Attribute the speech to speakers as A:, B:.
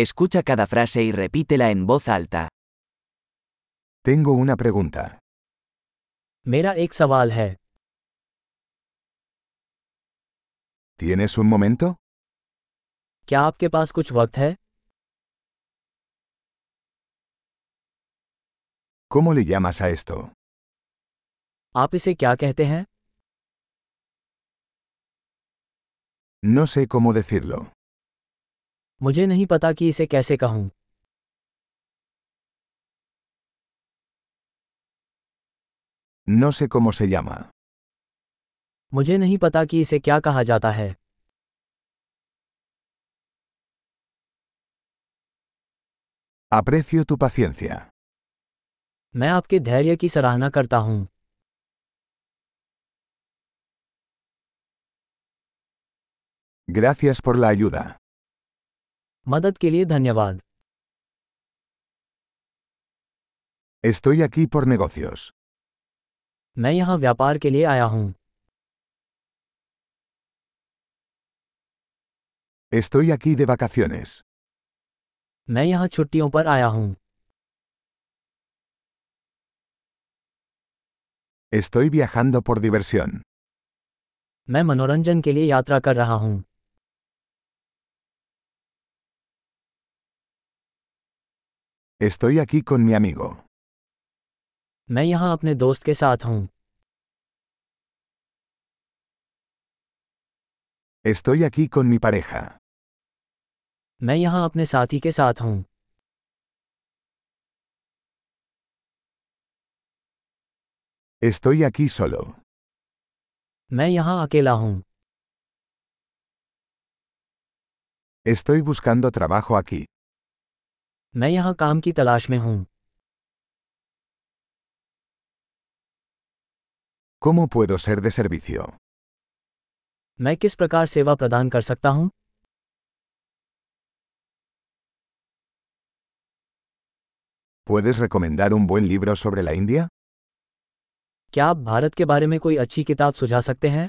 A: Escucha cada frase y repítela en voz alta.
B: Tengo una pregunta.
C: मेरा एक सवाल है
B: ¿Tienes un momento?
C: क्या आपके पास कुछ वक्त है
B: ¿Cómo le llamas a esto?
C: आप इसे क्या कहते हैं
B: No sé cómo decirlo.
C: मुझे नहीं पता कि इसे कैसे कहूँ
B: No sé cómo se llama.
C: मुझे नहीं पता कि इसे क्या कहा जाता है
B: Aprecio tu paciencia.
C: मैं आपके धैर्य की सराहना करता हूँ
B: Gracias por la ayuda.
C: मदद के लिए धन्यवाद
B: Estoy aquí por negocios.
C: मैं यहाँ व्यापार के लिए आया हूँ
B: Estoy aquí de vacaciones.
C: मैं यहाँ छुट्टियों पर आया हूँ
B: Estoy viajando por diversión.
C: मैं मनोरंजन के लिए यात्रा कर रहा हूँ
B: Estoy aquí con mi amigo.
C: मैं यहाँ अपने दोस्त के साथ हूँ
B: Estoy aquí con mi pareja.
C: मैं यहाँ अपने साथी के साथ हूँ
B: Estoy aquí solo.
C: मैं यहाँ अकेला हूँ
B: Estoy buscando trabajo aquí.
C: मैं यहाँ काम की तलाश में हूँ
B: ¿Cómo puedo ser de servicio?
C: मैं किस प्रकार सेवा प्रदान कर सकता हूँ
B: ¿Puedes recomendar un buen libro sobre la India?
C: क्या आप भारत के बारे में कोई अच्छी किताब सुझा सकते हैं